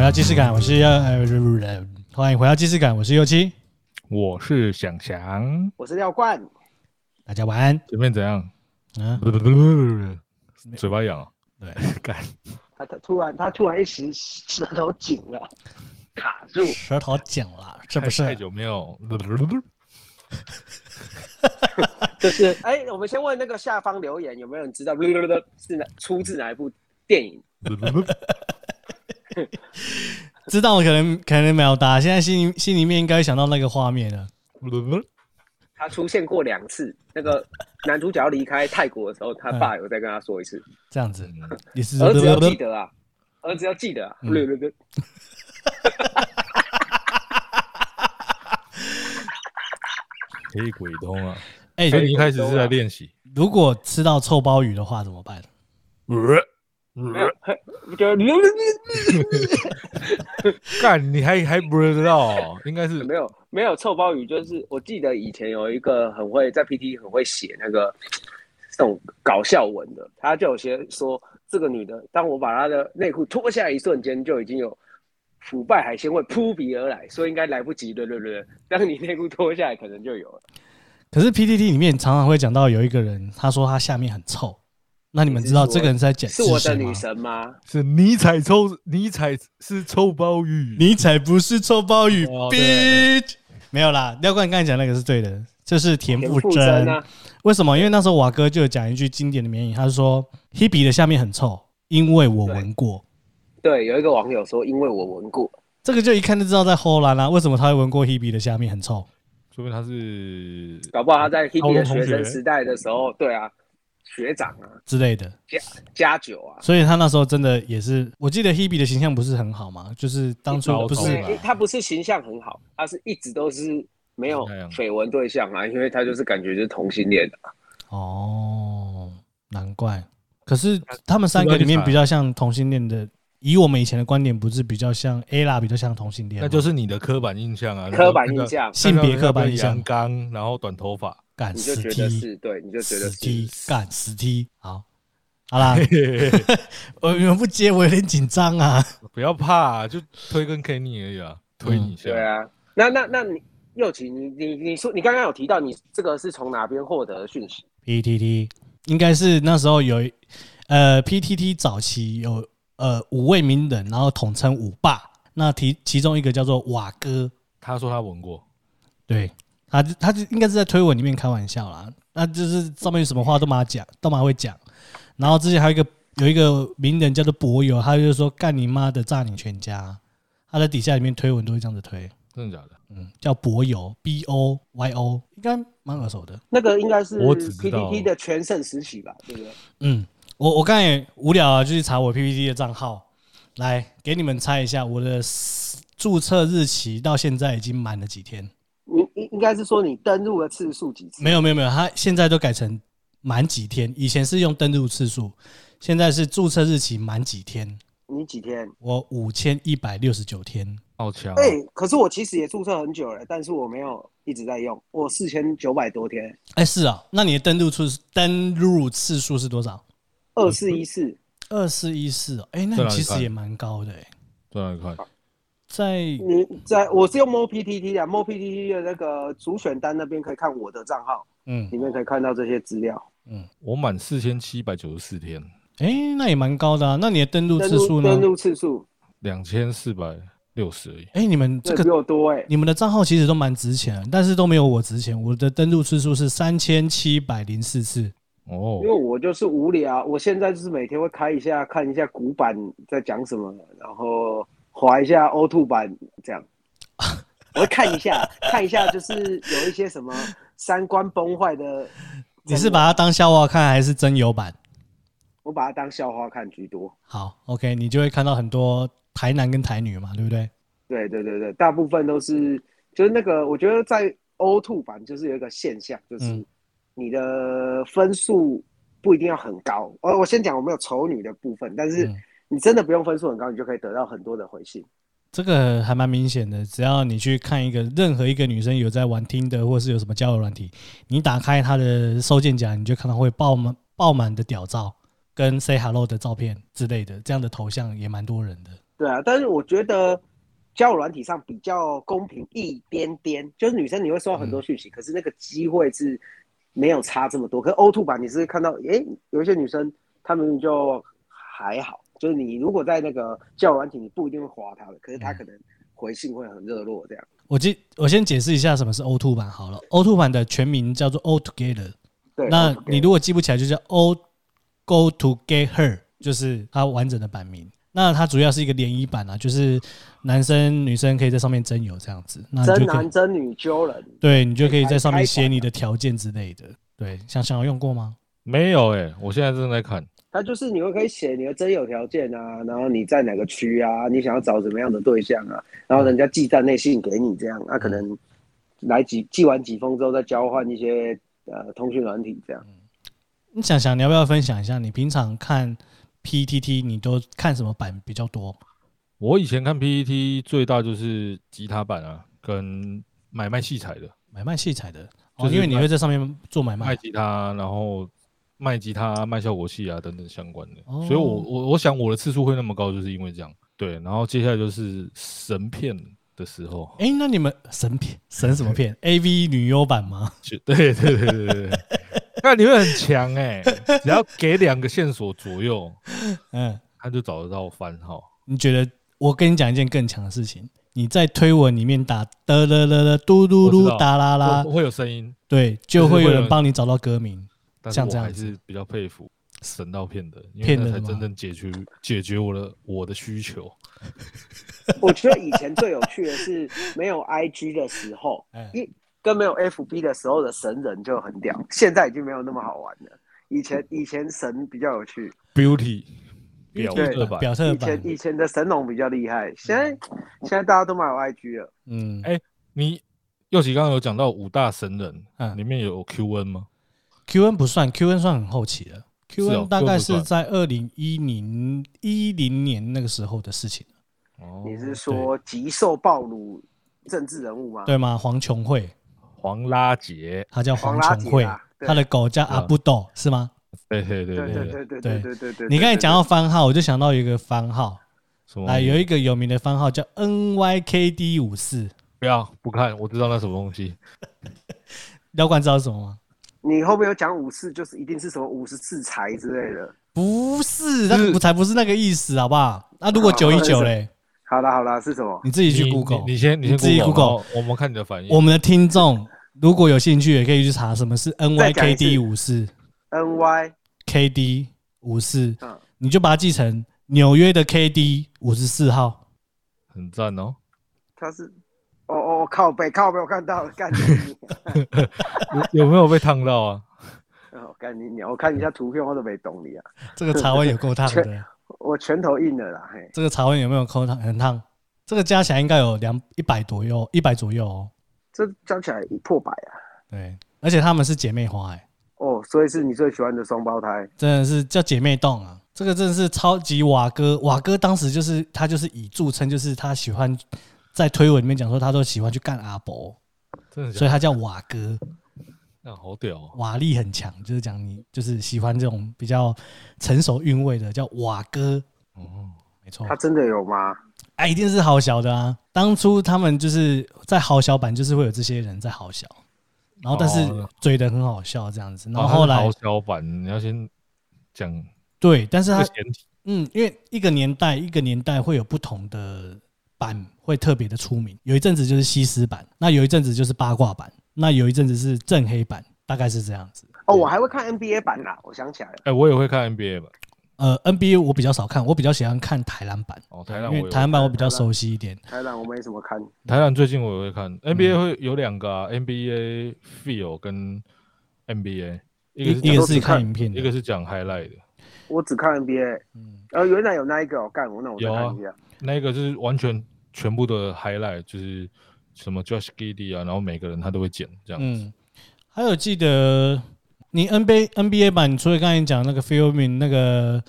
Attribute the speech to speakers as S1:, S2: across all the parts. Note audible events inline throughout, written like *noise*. S1: 到既视感，我是要呃，欢迎回到既视感，我是右七，
S2: 我是想翔，
S3: 我是廖冠，
S1: 大家晚安。
S2: 前面怎样？
S1: 嗯，
S2: 嘴巴痒哦，
S1: 对，
S2: *laughs* 干
S3: 他他突然他突然一时舌头紧了， *laughs* 卡住，
S1: 舌头紧了，是
S2: 这
S1: 不
S2: 太
S1: 是？
S2: 久没有？
S3: 就是哎、我们先问那个下方留言有没有人知道 *laughs* 是哪出自哪一部电影？
S1: 知道可能可能没有答，现在心里心里面应该想到那个画面了。
S3: 他出现过两次。那个男主角离开泰国的时候，他爸有再跟他说一次，
S1: 这样子，你是
S3: 儿子要记得啊，儿子要记得啊。 *laughs* 对对对，
S2: 黑鬼通 *laughs* 啊！
S1: 哎，
S2: 所以你一开始是在练习，
S1: 如果吃到臭鲍鱼的话怎么办？
S3: 就
S2: 干你还还不知道哦？应该是
S3: 没有没有臭鲍鱼，就是我记得以前有一个很会在 PT 很会写那个这种搞笑文的，他就有些说这个女的，当我把她的内裤脱下来一瞬间，就已经有腐败海鲜味扑鼻而来，所以应该来不及，对对对，当你内裤脱下来，可能就有了。
S1: 可是 PPT 里面常常会讲到有一个人，他说他下面很臭，那你们知道这个人是在解释
S3: 是我的
S1: 谁吗
S3: 女？神吗？
S2: 是尼采抽尼采是臭鲍鱼，
S1: 你才不是臭鲍鱼
S2: 哦对
S1: bitch！没有啦，廖冠刚才讲那个是对的，就是田馥
S3: 馥
S1: 甄
S3: 甄啊，
S1: 为什么？因为那时候瓦哥就有讲一句经典的名言，他说 “Hebe 的下面很臭，因为我闻过”。
S3: 对，有一个网友说，因为我闻过，
S1: 这个就一看就知道在偷懒啦。为什么他会闻过 Hebe 的下面很臭？
S2: 说明他是
S3: 搞不好她在 h e
S2: 高
S3: b
S2: 中
S3: 的
S2: 同
S3: 学生
S2: 学
S3: 时代的时候，对啊，学长啊，
S1: 之类的，
S3: 加加酒啊，
S1: 所以他那时候真的也是，我记得 Hebe 的形象不是很好嘛，就是当初不
S2: 一
S1: 是
S2: 直
S3: 对，
S2: 吧
S3: 因为哦他不是形象很好，他是一直都是没有
S2: 那样
S3: 绯闻对象啊，因为他就是感觉就是同性恋的、啊
S1: 哦，难怪。可是他们三个里面比较像同性恋的，以我们以前的观点，不是比较像 A 啦，比较像同性恋吗，
S2: 那就是你的刻板印象啊，
S3: 刻板印象
S1: 性别刻板印象
S2: 阳刚，然后短头 *laughs* 发，
S1: 干
S3: 你就
S1: 死
S3: 觉得
S1: 踢，
S3: 是对，你就觉得
S1: 死
S3: 是
S1: 踢，干死踢，好，好啦，我你们不接，我有点紧张啊。
S2: 不要怕啊，就推跟 Kenny 而已啊，推你一下。
S3: 对啊。那那那你右奇，你你你说你刚刚有提到你这个是从哪边获得的讯息？
S1: PTT 应该是那时候有一，呃，PTT 早期有呃五位名人，然后统称五霸，那其其中一个叫做瓦哥，
S2: 他说他闻过，
S1: 对，他就他就应该是在推文里面开玩笑啦，那就是上面有什么话都嘛讲，都嘛会讲。然后之前还有一个有一个名人叫做博友，他就说干你妈的炸你全家，他在底下里面推文都会这样子推，
S2: 真的假的？
S1: 嗯，叫博友 B O Y O，应该蛮耳熟的。
S3: 那个应该是
S2: 我只知道
S3: PPT 的全盛时期吧，对不对？
S1: 嗯，我我刚才也无聊啊，就去查我 PPT 的账号，来给你们猜一下我的 s- 注册日期到现在已经满了几天？
S3: 你应应该是说你登录的次数几次？
S1: 没有没有没有，它现在都改成满几天，以前是用登录次数，现在是注册日期满几天。
S3: 你几天？
S1: 我五千一百六十九天，
S2: 好强啊！
S3: 哎、可是我其实也注册很久了，但是我没有一直在用，我四千九百多天，
S1: 哎、是啊，那你的登录次登录次数是多少？
S3: 二四一四，
S1: 二四一四，哎，那
S2: 在
S1: 你
S2: 哪里
S1: 其实
S2: 看
S1: 也蛮高的、哎
S2: 再来啊看，
S1: 在
S3: 你在我是用 MoPTT 的，MoPTT 的那个主选单那边可以看我的账号，
S1: 嗯
S3: 里面可以看到这些资料。
S2: 我满四千七百九十四天，
S1: 哎、那也蛮高的啊。那你的登录
S3: 登
S1: 次数
S3: 录
S1: 呢？
S3: 登录次数，
S2: 两千四百六十而已。
S1: 哎、你们这
S3: 这
S1: 个
S3: 比我多哎、
S1: 你们的账号其实都蛮值钱的，但是都没有我值钱。我的登录次数是三千七百零四次。
S2: 哦
S3: 因为，我就是无聊，我现在就是每天会开一下看一下古版在讲什么，然后划一下 O two 版
S1: *laughs*
S3: 这样，我会看一下看一下，就是有一些什么三观崩坏的，
S1: 你是把它当笑话看，还是真有版？
S3: 我把它当笑话看居多。
S1: 好，OK，你就会看到很多台男跟台女嘛，对不对？
S3: 对对对对，大部分都是就是那个，我觉得在 O two 版就是有一个现象，就是
S1: 嗯
S3: 你的分数不一定要很高。呃，我先讲我没有丑女的部分，但是
S1: 嗯
S3: 你真的不用分数很高，你就可以得到很多的回信。
S1: 这个还蛮明显的，只要你去看一个任何一个女生有在玩听的，或是有什么交友软体，你打开她的收件夹，你就看到会爆满爆满的屌照跟 say hello 的照片之类的，这样的头像也蛮多人的。
S3: 对啊，但是我觉得交友软体上比较公平一点点，就是女生你会收到很
S1: 嗯
S3: 多讯息，可是那个机会是没有差这么多。可是 O two 版你是看到，诶、有一些女生她们就还好，就是你如果在那个交友软体，你不一定会划她的，可
S1: 嗯
S3: 是她可能回信会很热络这样。
S1: 我记，我先解释一下什么是 O two 版好了。O two 版的全名叫做 O Together，
S3: 对，
S1: 那
S3: OK
S1: 你如果记不起来，就叫 O Go to Get Her，就是它完整的版名。那它主要是一个联谊版啊，就是男生女生可以在上面征友这样子，那你
S3: 真
S1: 就可以
S3: 男真女揪人，
S1: 对你就可以在上面
S3: 开
S1: 写你的条件之类的。对，想想要用过吗？
S2: 没有哎、我现在正在看，
S3: 它就是你会可以写你的真有条件啊，然后你在哪个区啊，你想要找什么样的对象啊，然后人家寄站内信给你这样，啊那、可能来几寄完几封之后再交换一些呃通讯软体这样。
S1: 你想想，你要不要分享一下你平常看 PTT 你都看什么版比较多？
S2: 我以前看 PPT 最大就是吉他版啊，跟买卖器材的，
S1: 买卖器材的，
S2: 就
S1: 哦，
S2: 是
S1: 因为你
S2: 卖
S1: 会在上面做买
S2: 卖
S1: 卖。
S2: 吉他，然后卖吉他、卖效果器啊等等相关的。
S1: 哦
S2: 所以我我我想我的次数会那么高，就是因为这样。对，然后接下来就是神片的时候，
S1: 哎、那你们神片神什么
S2: *laughs*
S1: 片？A V 女优版吗？
S2: 就 *laughs* 对对对对对对，那你会很强
S1: *laughs*
S2: 哎、只要给两个线索左右，
S1: 嗯，
S2: 他就找得到番号。
S1: 你觉得？我跟你讲一件更强的事情，你在推文里面打的了了了嘟嘟
S2: 我知
S1: 嘟
S2: 道
S1: 哒啦啦
S2: 会，会有声音，
S1: 对，就
S2: 就
S1: 是会有
S2: 会有
S1: 人
S2: 人
S1: 帮你找到歌名。
S2: 但是
S1: 像
S2: 我
S1: 这样
S2: 还
S1: 子
S2: 是比较佩服神到骗的，因为
S1: 骗
S2: 那
S1: 人
S2: 才
S1: 吗
S2: 真正解决解决我的我的需求。
S3: *laughs* 我觉得以前最有趣的是没有 IG 的时候，
S1: 哎
S3: 一跟没有 FB 的时候的神人就很屌，现在已经没有那么好玩了。以前以前神比较有趣，
S2: Beauty 表
S3: 对
S2: 特版，
S1: 表特
S3: 以
S1: 版
S3: 前，以前的神农比较厉害，现在、现在大家都买有 IG 了，
S1: 嗯
S2: 哎你右起刚刚有讲到五大神人，
S1: 嗯
S2: 里面有 QN 吗？
S1: ，Q N 不算，Q N 算很后期的，Q
S2: 是
S1: N
S2: 哦
S1: 大概
S2: ，Q N
S1: 是
S2: 不算
S1: 在二零一零一零年那个时候的事情，
S2: 哦
S3: 你是说极受暴露政治人物吗？
S1: 对吗？黄琼慧，
S2: 黄拉杰？
S1: 她叫
S3: 黄
S1: 黄
S3: 拉
S1: 琼
S3: 姐
S1: 慧
S3: 啊，对
S1: 她的狗叫阿布豆，是吗？
S2: 对对对
S3: 对对
S2: 对，
S3: 对对
S1: 对
S3: 对对对对。
S1: 你刚才讲到番号，我就想到一个番号，
S2: 什么？
S1: 啊，有一个有名的番号叫 NYKD 五四，
S2: 不要不看，我知道那什么东西。
S1: 廖冠知道是什么吗？
S3: 你后面有讲五四，就是一定是什么五十四才之类的。
S1: 不是，那个不才不是那个意思，好不好？那如果
S3: 好
S1: 九一
S3: 那是
S1: 九嘞，
S3: 好啦好啦，是什么？
S1: 你自己去
S2: 你
S1: Google，
S2: 你你先
S1: 你
S2: 先
S1: 自己 Google。
S2: 然后我们看你的反应。
S1: 我们的听众如果有兴趣，也可以去查什么是
S3: 再讲一次
S1: NYKD 五四
S3: N Y，
S1: KD 五四，
S3: 嗯，
S1: 你就把它记成纽约的 KD 五十四号。
S2: 很赞哦。
S3: 他是，哦哦靠北靠北，我看到了，干你娘！
S2: 有有没有被烫到啊？
S3: 哦干你娘！我看一下图片我都没懂你啊，
S1: 这个茶温有够烫的
S3: *laughs* 全，我拳头硬了啦，嘿，
S1: 这个茶温有没有够烫？很烫。这个加起来应该有两一百左右，一百左右哦。
S3: 这加起来破百啊！
S1: 对，而且她们是姐妹花、哎，
S3: 哦，所以是你最喜欢的双胞胎，
S1: 真的是叫姐妹洞啊！这个真的是超级瓦哥，瓦哥当时就是他就是以著称，就是他喜欢在推文里面讲说他都喜欢去干阿伯，
S2: 真的假
S1: 所以
S2: 的？
S1: 他叫瓦哥，
S2: 那好屌哦。
S1: 瓦力很强，就是讲你就是喜欢这种比较成熟韵味的叫瓦哥，
S2: 哦，
S1: 没错
S3: 他，真的有吗？
S1: 啊，一定是好小的啊！当初他们就是在好小版，就是会有这些人在好小，然后但是
S2: 哦
S1: 嘴的很好笑这样子，然
S2: 哦
S1: 后
S2: 它是
S1: 后来
S2: 豪小版，你要先讲
S1: 对，但是
S2: 这
S1: 他
S2: 个前提。
S1: 嗯，因为一个年代一个年代会有不同的版会特别的出名，有一阵子就是西施版，那有一阵子就是八卦版，那有一阵子是正黑版，大概是这样子。
S3: 哦，我还会看 NBA 版啦，我想起来了，
S2: 哎，我也会看 NBA 吧。
S1: 呃，NBA 我比较少看，我比较喜欢看台篮版，
S2: 哦，台南我
S1: 因
S2: 也
S1: 为
S2: 会
S1: 台篮版我比较熟悉一点。
S3: 台南我没怎么看，
S2: 台南最近我也会看 NBA，会
S1: 嗯
S2: 有两个啊，NBA Feel 跟 NBA，一
S1: 一
S2: 个
S1: 一个是
S2: 是讲
S3: 都只
S1: 看
S3: 看
S1: 影片的，
S2: 一个是讲 highlight 的，
S3: 我只看 NBA，
S1: 嗯
S3: 呃，原来有那一个，我干，我那我再
S2: 有啊
S3: 看一下。
S2: 那一个就是完全全部的 highlight，就是什么 Josh Giddy 啊，然后每个人他都会剪这样子。
S1: 嗯，还有记得你 NBA NBA 版，除了刚才讲那个 filming 那个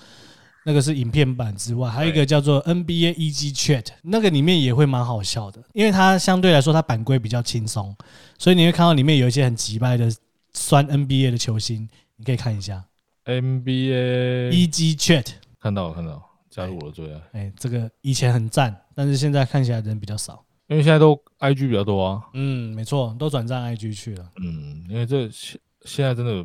S1: 那个是影片版之外，还有一个叫做 NBA EG E Chat，那个里面也会蛮好笑的，因为它相对来说它版规比较轻松，所以你会看到里面有一些很急掰的酸 NBA 的球星，你可以看一下
S2: NBA
S1: EG Chat，
S2: 看到了看到了，加入我的啊最爱，
S1: 哎、这个以前很赞，但是现在看起来人比较少。
S2: 因为现在都 IG 比较多啊，
S1: 嗯，没错，都转战 IG 去了。
S2: 嗯，因为这现现在真的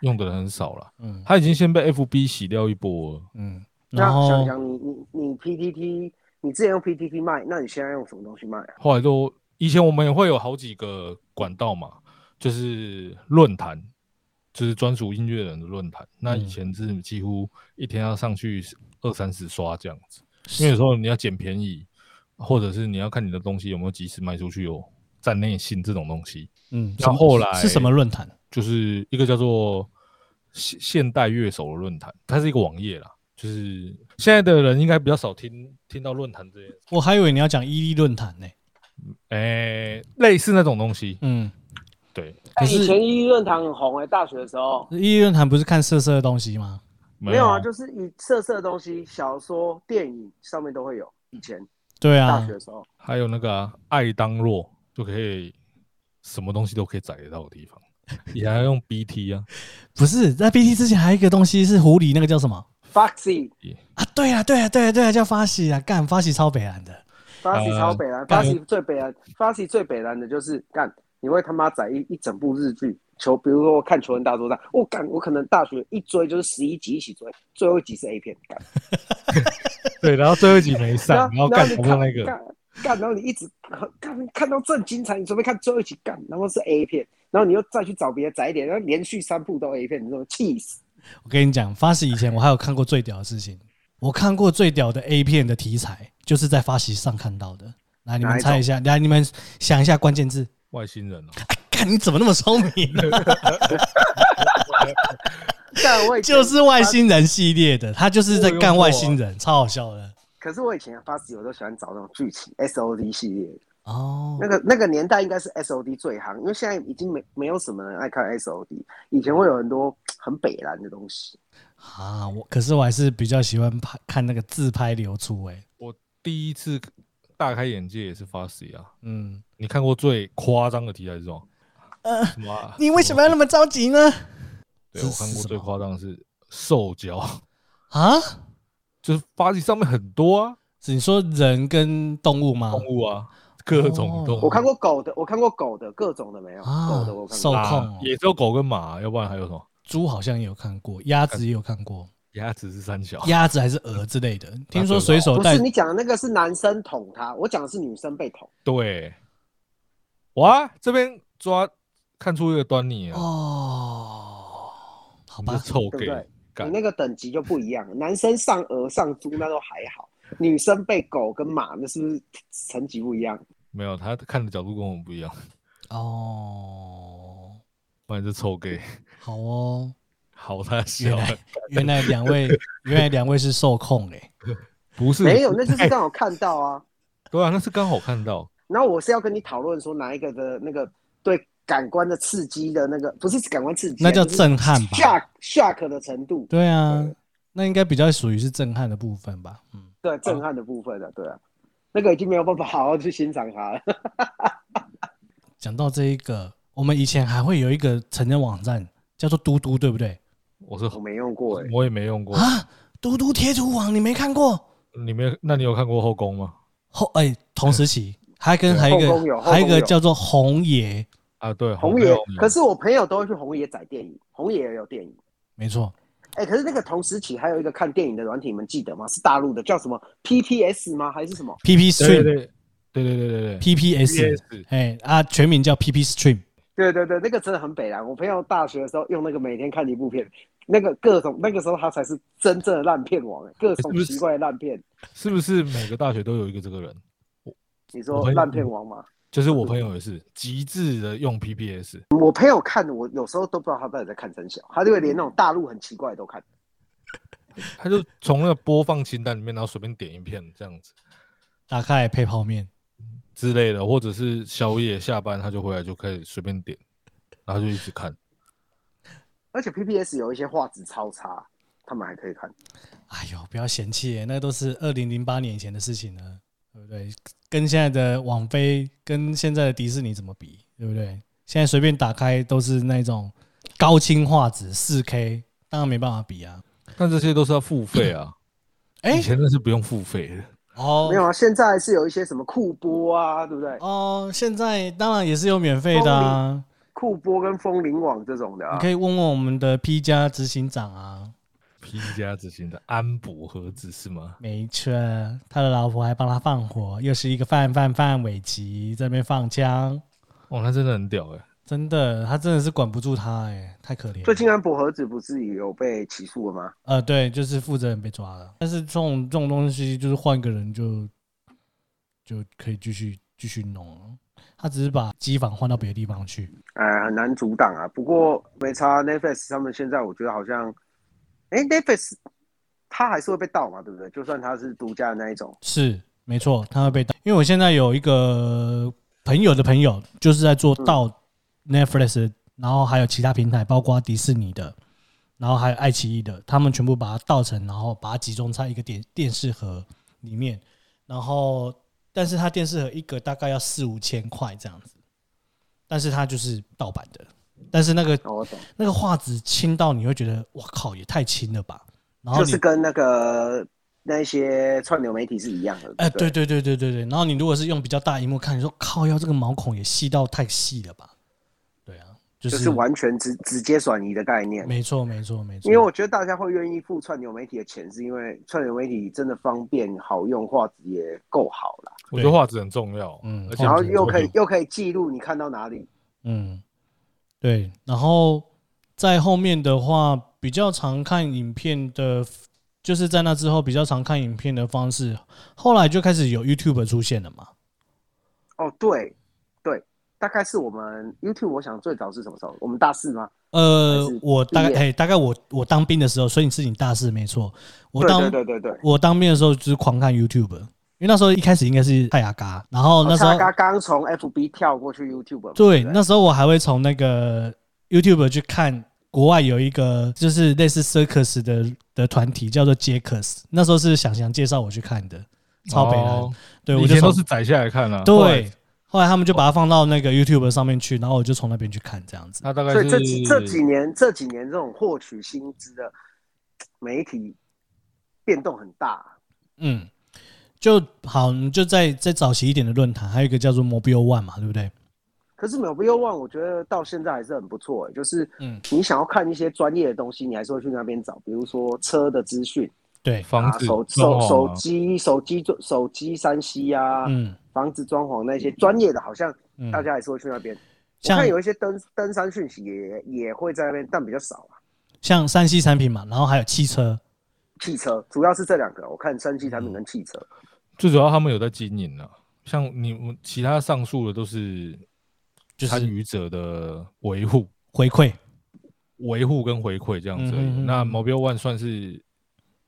S2: 用的人很少了，
S1: 嗯
S2: 他已经先被 FB 洗掉一波了，
S1: 嗯，然
S3: 那想
S1: 后
S3: 想你你你 PTT，你之前用 PTT 卖，那你现在用什么东西卖啊？
S2: 后来都以前我们也会有好几个管道嘛，就是论坛，就是专属音乐人的论坛，那以
S1: 嗯
S2: 前是几乎一天要上去二三十刷这样子，因为有时候你要捡便宜，或者是你要看你的东西有没有及时卖出去有站内信这种东西，
S1: 嗯，
S2: 那
S1: 什么
S2: 后来
S1: 是什么论坛？
S2: 就是一个叫做现现代乐手的论坛，它是一个网页啦。就是现在的人应该比较少听听到论坛这些，
S1: 我还以为你要讲伊利论坛呢。
S2: 诶、哎类似那种东西。
S1: 嗯，
S2: 对，
S1: 可
S3: 以
S1: 是
S3: 哎前一论坛很红哎、大学的时候
S1: 伊利论坛不是看色色的东西吗？
S3: 没有
S2: 啊
S3: 啊，就是以色色的东西，小说、电影上面都会有。以前
S1: 对
S3: 大
S1: 啊
S3: 学，的时候，
S2: 还有那个啊、爱当洛就可以什么东西都可以载得到的地方，也还用 BT 啊，
S1: 不是在 BT 之前还有一个东西是狐狸，那个叫什么
S3: Foxy，Foxy
S1: 啊？对啊，对啊，对啊，对啊，叫发喜啊，干发喜超北蓝的。
S3: 超北蓝
S1: 呃干
S3: ，Foxy 最北蓝，Foxy 最北蓝的就是干，你会他妈载一一整部日剧。求，比如说我看《求婚大作战》，我干，我可能大学一追就是十一集一起追，最后一集是 A 片，干，
S2: 对，然后最后一集没上，然后干
S3: 你
S2: 不
S3: 看
S2: 上那个，
S3: 干干，然后你一直看看到正精彩，你准备看最后一集干，然后是 A 片，然后你又再去找别的宅一点，然后连续三部都 A 片，你说气死！
S1: 我跟你讲，发喜以前我还有看过最屌的事情，我看过最屌的 A 片的题材，就是在发喜上看到的。来，你
S3: 哪
S1: 们
S3: 一种
S1: 猜一下，来，你们想一下关键字。
S2: 外星人哦、
S1: 哎，干，你怎么那么聪明啊
S3: *laughs*
S1: 呢、
S3: 但我以前
S1: 就是外星人系列的，他就是在干外
S3: 啊
S1: 星人，超好笑的。
S3: 可是我以前发自由都喜欢找那种剧情 S O D 系列的，
S1: 哦
S3: 那，个那个年代应该是 S O D 最行，因为现在已经没没有什么人爱看 S O D，以前会有很多很北蓝的东西。
S1: 啊，我可是我还是比较喜欢拍看那个自拍流出、欸，
S2: 我 *laughs* 第一次大开眼界也是 Fast 啊，
S1: 嗯，
S2: 你看过最夸张的题材是什么？什么啊、
S1: 呃你为什么要那么着急呢？
S2: 对
S1: 是
S2: 我看
S1: 是
S2: 过
S1: 什
S2: 最
S1: 么
S2: 夸张的是兽交，
S1: 啊，
S2: *laughs* 就是发起上面很多啊
S1: 是你说人跟动物吗？
S2: 动物啊，各种动物。
S1: 哦
S3: 我看过狗的，我看过狗的各种的没有，
S1: 啊
S3: 狗的我看
S1: 受
S3: 过。
S1: 控
S2: 啊
S1: 哦，
S2: 也只有狗跟马，要不然还有什么？
S1: 猪好像也有看过，鸭子也有看过，
S2: 鸭子是三小，
S1: 鸭子还是鹅之类的。听说随手
S3: 不
S1: 带
S3: 是你讲的那个是男生捅他，我讲的是女生被捅。
S2: 对。哇，这边抓看出一个端倪啊，
S1: 哦，好
S2: 你这
S1: 吧，
S2: 臭
S3: 对不
S2: gay，
S3: 对
S2: 干
S3: 你那个等级就不一样了，男生上鹅上猪那都还好，女生被狗跟马那是不是层级不一样？
S2: 没有他看的角度跟我们不一样，
S1: 哦，
S2: 不然这臭 gay
S1: 好哦，
S2: 好
S3: *laughs*
S2: 他
S1: 原
S2: 小，
S1: 来原来两位原来两位是受控哎、
S2: 不是
S3: 没有，那就是刚好看到啊。
S2: 对啊，那是刚好看到，
S3: 然后我是要跟你讨论说哪一个的那个对感官的刺激的那个，不是感官刺激啊，
S1: 那叫
S3: 就是
S1: 震撼吧？
S3: shock shock 的程度，
S1: 对啊，那应该比较属于是震撼的部分吧？嗯，
S3: 对震撼的部分的，对啊，那个已经没有办法好好去欣赏它了。 *laughs*
S1: 讲到这一个，我们以前还会有一个成人网站叫做嘟嘟，对不对？
S2: 我是
S3: 我没用过哎、
S2: 我也没用过，
S1: 啊，嘟嘟贴图网你没看过？
S2: 你没有？那你有看过后宫吗？
S1: 后哎、同时期还跟还有一
S3: 后宫有
S1: 个
S3: 后宫有
S1: 还有一个叫做红爷，
S2: 啊，对，
S3: 红
S2: 没
S3: 野
S2: 有，
S3: 可是我朋友都会去红野载电影，红野也有电影。
S1: 没错，
S3: 哎、可是那个同时期还有一个看电影的软体，你们记得吗？是大陆的，叫什么 PPS 吗？还是什么？
S1: P P
S2: 对对
S1: Stream
S2: 对对对对对对
S1: P P S，
S2: PS
S1: 哎啊，全名叫 P P Stream，
S3: 对对对，那个真的很北蓝。我朋友大学的时候用那个每天看一部片，那个各种那个时候他才是真正的烂片王、欸，各种
S2: 是不是
S3: 奇怪的烂片。
S2: 是不是每个大学都有一个这个人？
S3: 你
S2: 我
S3: 说
S2: 朋友
S3: 烂片王吗？
S2: 就是我朋友也
S3: 嗯
S2: 是极致的用 PPS，
S3: 我朋友看的，我有时候都不知道他到底在看真小，他就会连那种大陆很奇怪的都看。
S2: 他就从那个播放清单里面，然后随便点一片这样子
S1: 打开来配泡面，
S2: 之类的，或者是宵夜下班他就回来就开始随便点，然后就一直看。
S3: 而且 PPS 有一些画质超差，他们还可以看。
S1: 哎呦，不要嫌弃耶，那都是二零零八年以前的事情了，对不对？跟现在的网飞跟现在的迪士尼怎么比，对不对？现在随便打开都是那种高清画质四 K，当然没办法比啊。
S2: 但这些都是要付费啊，
S1: 哎
S2: 以、前那是不用付费的，
S1: 哦
S3: 没，有啊，现在是有一些什么酷播啊，对不对？
S1: 哦，现在当然也是有免费的啊，
S3: 酷播跟风铃网这种的哦啊
S1: 你可，以问问我们的 P 加执行长啊，
S2: P 加执行的安博盒子是吗？
S1: 没错，啊他的老婆还帮他放火，又是一个范范范玮琪在那边放枪，
S2: 哦，那真的很屌哎、
S1: 真的，他真的是管不住他哎、太可怜了。
S3: 最近安博盒子不是也有被起诉了吗？
S1: 呃，对，就是负责人被抓了，但是这种这种东西就是换个人就就可以继续继续弄了，他只是把机房换到别的地方去。
S3: 哎，很难阻挡啊。不过没差，Netflix 啊他们现在我觉得好像，哎，Netflix 它还是会被盗嘛，对不对？就算它是独家的那一种，
S1: 是，没错，他会被盗。因为我现在有一个朋友的朋友，就是在做盗 Netflix，、然后还有其他平台，包括迪士尼的，然后还有爱奇艺的，他们全部把它盗成，然后把它集中在一个电电视盒里面，然后但是它电视盒一个大概要四五千块这样子，但是它就是盗版的，但是那个
S3: 哦，我懂，
S1: 那个画质轻到你会觉得哇靠，也太轻了吧，然后
S3: 就
S1: 你
S3: 是跟那个那一些串流媒体是一样的。
S1: 哎、
S3: 对
S1: 对
S3: 不
S1: 对
S3: 对，
S1: 对对对对。然后你如果是用比较大荧幕看，你说靠腰这个毛孔也细到太细了吧？对啊，就是、
S3: 就是完全直直接转移的概念。
S1: 没错没错没错。
S3: 因为我觉得大家会愿意付串流媒体的钱，是因为串流媒体真的方便、好用，画质也够好啦，
S2: 我觉得画质很重要，
S1: 嗯
S2: 而且
S1: 这样
S3: 然后
S1: 子
S3: 又可以
S2: 对
S3: 又可以记录你看到哪里。
S1: 嗯，对。啊然后在后面的话，比较常看影片的，就是在那之后比较常看影片的方式，后来就开始有 YouTube 出现了嘛。
S3: 哦，对对，大概是我们 YouTube，我想最早是什么时候？我们大四吗？
S1: 呃
S3: 还是，
S1: 我大概
S3: 毕业
S1: 哎、大概我我当兵的时候，所以你是你大四没错。我
S3: 对
S1: 当哦
S3: 对对对对。
S1: 我当兵的时候就是狂看 YouTube，因为那时候一开始应该是泰雅嘎，然后那时候、
S3: 哦恰恰刚从 FB 跳过去 YouTube 嘛。
S1: 对，
S3: 不
S1: 那时候我还会从那个 YouTube 去看国外有一个就是类似 Circus 的的团体叫做 Jackus，那时候是想想介绍我去看的，超北蓝，
S2: 哦
S1: 对我
S2: 以
S1: 就
S2: 前
S1: 从
S2: 都是载下来看啊。后来
S1: 对，后来他们就把它放到那个 YouTube 上面去，然后我就从那边去看这样子。
S2: 他大概
S3: 所
S2: 是
S3: 以这几这几年这几年这种获取薪资的媒体变动很大。
S1: 嗯，就好，你就在在早期一点的论坛，还有一个叫做 Mobile One 嘛，对不对？
S3: 可是 m o b i l One 我觉得到现在还是很不错、欸，就是
S1: 嗯
S3: 你想要看一些专业的东西，你还是会去那边找，比如说车的资讯
S1: 对，
S2: 房
S3: 啊，
S2: 子
S3: 手
S2: 装
S3: 手
S2: 潢
S3: 手
S2: 啊
S3: 机手机手机三 C 啊，
S1: 嗯
S3: 房子装潢那些专业的，好像
S1: 嗯，
S3: 大家还是会去那边。我
S1: 像
S3: 看有一些登登山讯息也也会在那边，但比较少啊。
S1: 像山西产品嘛，然后还有汽车，
S3: 汽车主要是这两个，我看三 C 产
S1: 嗯
S3: 品跟汽车。
S2: 最主要他们有在经营啊。像你们其他上述的都是
S1: 就是
S2: 参与者的维护、
S1: 回馈，
S2: 维护跟回馈这样子
S1: 嗯
S2: 而已。
S1: 哼嗯哼
S2: 那 Mobile One 算是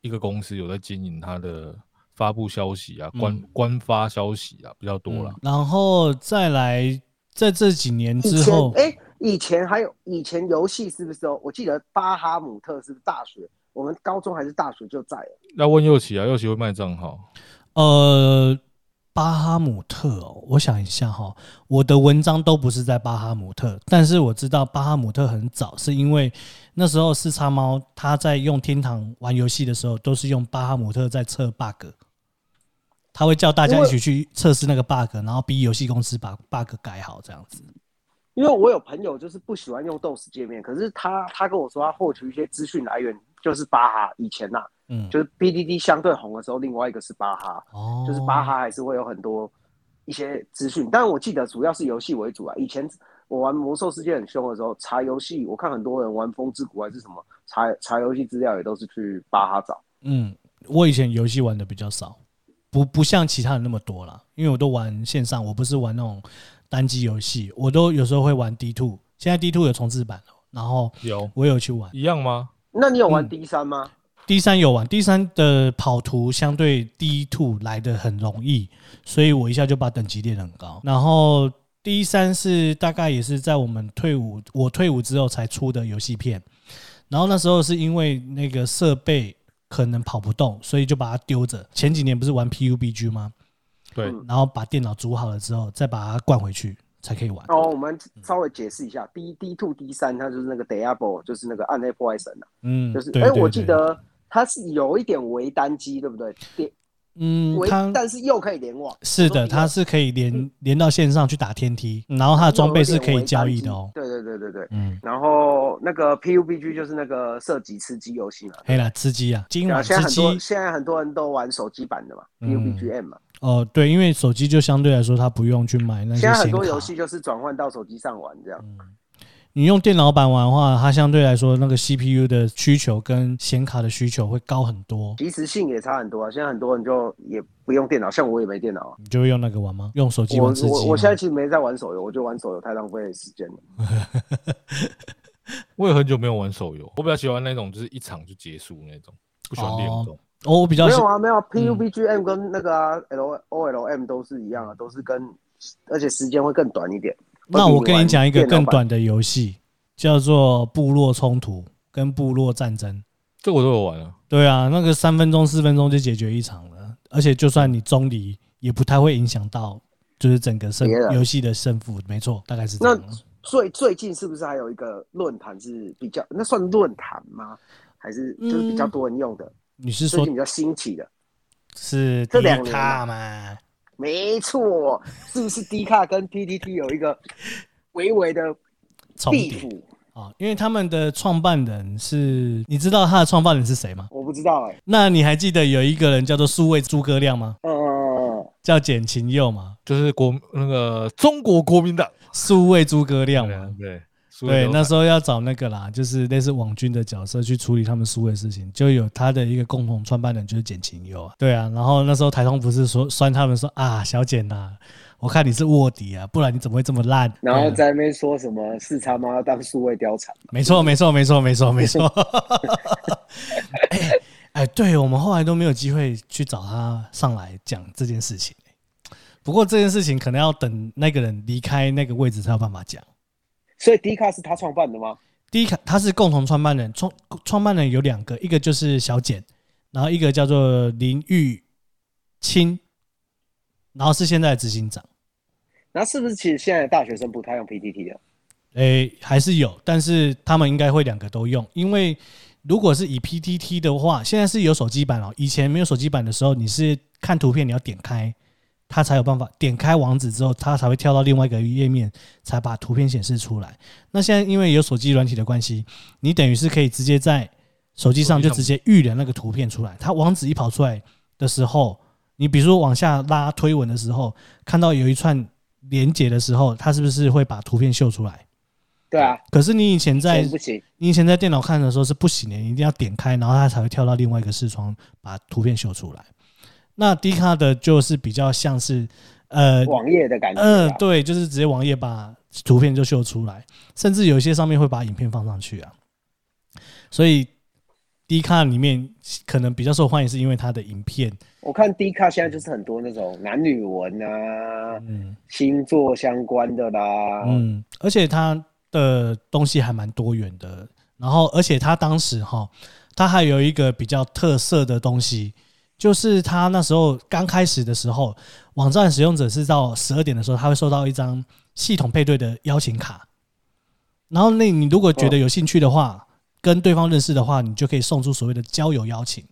S2: 一个公司有在经营它的发布消息啊，官、
S1: 嗯
S2: 官发消息啊比较多啦。
S1: 嗯然后再来，在这几年
S3: 以
S1: 之
S3: 前
S1: 后，
S3: 哎、以前还有以前游戏是不是哦？我记得巴哈姆特是不是大学？我们高中还是大学就在了。
S2: 要问右奇啊，右奇会卖账号，
S1: 呃，巴哈姆特哦，我想一下哈、我的文章都不是在巴哈姆特，但是我知道巴哈姆特很早，是因为那时候四叉猫他在用天堂玩游戏的时候，都是用巴哈姆特在测 bug，他会叫大
S3: 因
S1: 家
S3: 为
S1: 一起去测试那个 bug，然后逼游戏公司把 bug 改好这样子。
S3: 因为我有朋友就是不喜欢用 DOS 界面，可是他他跟我说他获取一些资讯来源就是巴哈。以前呐、啊
S1: 嗯，
S3: 就是 PDD 相对红的时候，另外一个是巴哈，
S1: 哦，
S3: 就是巴哈还是会有很多一些资讯。但我记得主要是游戏为主啊。以前我玩魔兽世界很凶的时候，查游戏，我看很多人玩风之谷还是什么，查查游戏资料也都是去巴哈找。
S1: 嗯，我以前游戏玩的比较少，不不像其他人那么多啦，因为我都玩线上，我不是玩那种单机游戏，我都有时候会玩 D two，现在 D two 有重置版了，然后
S2: 有
S1: 我有去玩
S2: 一样吗？
S3: 那你有玩
S1: 嗯
S3: D 三吗？
S1: D 三有玩 D 三的跑图相对 D two 来的很容易，所以我一下就把等级练得很高，然后。D 三是大概也是在我们退伍，我退伍之后才出的游戏片，然后那时候是因为那个设备可能跑不动，所以就把它丢着。前几年不是玩 PUBG 吗？
S2: 对，
S3: 嗯
S1: 然后把电脑组好了之后，再把它灌回去才可以玩。
S3: 哦，我们稍微解释一下，D D two D 三它就是那个 Diablo，就是那个暗黑破坏神啊，
S1: 嗯，
S3: 就是
S1: 对
S3: 哎、
S1: 对
S3: 我记
S1: 对
S3: 得它是有一点微单机，对不对？连
S1: 嗯，
S3: 微，
S1: 它
S3: 但是又可以联网。
S1: 是
S3: 说
S1: 的，
S3: 比较
S1: 它是可以连连到线上去打天梯，然后它的啊装备是可以交易的哦。
S3: 对对对对对。
S1: 嗯，
S3: 然后那个 PUBG 就是那个射击吃鸡游戏嘛，
S1: 黑啦，吃鸡啊，今
S3: 对啊，
S1: 晚
S3: 现
S1: 吃
S3: 在很
S1: 鸡
S3: 多现在很多人都玩手机版的嘛
S1: 嗯
S3: ，PUBGM 嘛，
S1: 哦，对，因为手机就相对来说它不用去买那些
S3: 现在很
S1: 显
S3: 多游
S1: 卡嗯
S3: 戏，就是转换到手机上玩这样。
S1: 你用电脑版玩的话，它相对来说那个 CPU 的需求跟显卡的需求会高很多。
S3: 及时性也差很多啊！现在很多人就也不用电脑，像我也没电脑啊。
S1: 你就会用那个玩吗？用手机
S3: 我
S1: 玩吃鸡吗？
S3: 我我现在其实没在玩手游，我觉得玩手游太浪费时间了。
S2: 我也很久没有玩手游，我比较喜欢那种就是一场就结束那种，不喜欢联
S1: 哦
S2: 动。
S1: 哦，我比较
S3: 没
S1: 喜
S3: 有啊，没有、啊、PUBGM
S1: 嗯
S3: 跟那个啊 L O L M 都是一样啊，都是跟，而且时间会更短一点。
S1: 那我跟你讲一个更
S3: 会比你玩电脑
S1: 短
S3: 版，
S1: 的游戏，叫做部落冲突跟部落战争。
S2: 这个我都有玩啊，
S1: 对啊，那个三分钟、四分钟就解决一场了，而且就算你中离，也不太会影响到就是整个胜
S3: 别人
S1: 游戏的胜负。没错，大概是这
S3: 那
S1: 样。
S3: 最最近是不是还有一个论坛是比较，那算论坛吗？还是就是比较多人用的，
S1: 你是
S3: 最
S1: 嗯说
S3: 近比较兴起的？
S1: 是
S3: 这
S1: 迪
S3: 两年
S1: 卡嘛？
S3: 没错，是不是 D 卡跟 PTT 有一个微微的
S1: 重
S3: 地
S1: 叠
S3: 府？
S1: 啊、哦因为他们的创办人是，你知道他的创办人是谁吗？
S3: 我不知道哎、
S1: 那你还记得有一个人叫做数位诸葛亮吗？
S3: 呃，
S1: 叫简晴佑吗？
S2: 就是国那个中国国民党，
S1: 数位诸葛亮
S2: 对
S1: 吗
S2: 啊？对，输了
S1: 对，
S2: 流
S1: 那
S2: 产
S1: 时候要找那个啦，就是类似网军的角色去处理他们输的事情，就有他的一个共同创办人就是简晴佑啊。对啊，然后那时候台通不是说酸他们说啊，小简呐、我看你是卧底啊，不然你怎么会这么烂？
S3: 然后
S1: 对啊
S3: 在那边说什么四叉猫要当数位貂蝉，
S1: 没错，没错，没错，没错，没
S3: *laughs*
S1: 错。哎、哎，对我们后来都没有机会去找他上来讲这件事情、不过这件事情可能要等那个人离开那个位置才有办法讲。
S3: 所以 D 卡是他创办的吗？
S1: 第一个他是共同创办人，创创办人有两个，一个就是小简，然后一个叫做林玉清，然后是现在的执行长。
S3: 那是不是其实现在的大学生不太用 PTT 了？
S1: 诶、还是有，但是他们应该会两个都用，因为如果是以 PTT 的话，现在是有手机版哦。以前没有手机版的时候，你是看图片，你要点开，它才有办法点开网址之后，它才会跳到另外一个页面，才把图片显示出来。那现在因为有手机软体的关系，你等于是可以直接在手机上就
S2: 手机
S1: 直
S2: 上
S1: 接预览那个图片出来，它网址一跑出来的时候，你比如说往下拉推文的时候，看到有一串连接的时候，它是不是会把图片秀出来？
S3: 对啊，
S1: 可是你以前在
S3: 全不行。
S1: 你以前在电脑看的时候是不行的，你一定要点开，然后它才会跳到另外一个视窗，把图片秀出来。那 D 卡的就是比较像是，呃，
S3: 网页的感觉、
S1: 嗯、
S3: 啊，
S1: 对，就是直接网页把图片就秀出来，甚至有一些上面会把影片放上去啊。所以 D 卡里面可能比较受欢迎，是因为它的影片，
S3: 我看 D 卡现在就是很多那种男女文啊、
S1: 嗯
S3: 星座相关的啦，
S1: 嗯，而且它的东西还蛮多元的。然后，而且它当时哈，它还有一个比较特色的东西，就是它那时候刚开始的时候，网站使用者是到十二点的时候，他会收到一张系统配对的邀请卡。然后，那你如果觉得有兴趣的话，跟对方认识的话，你就可以送出所谓的交友邀请。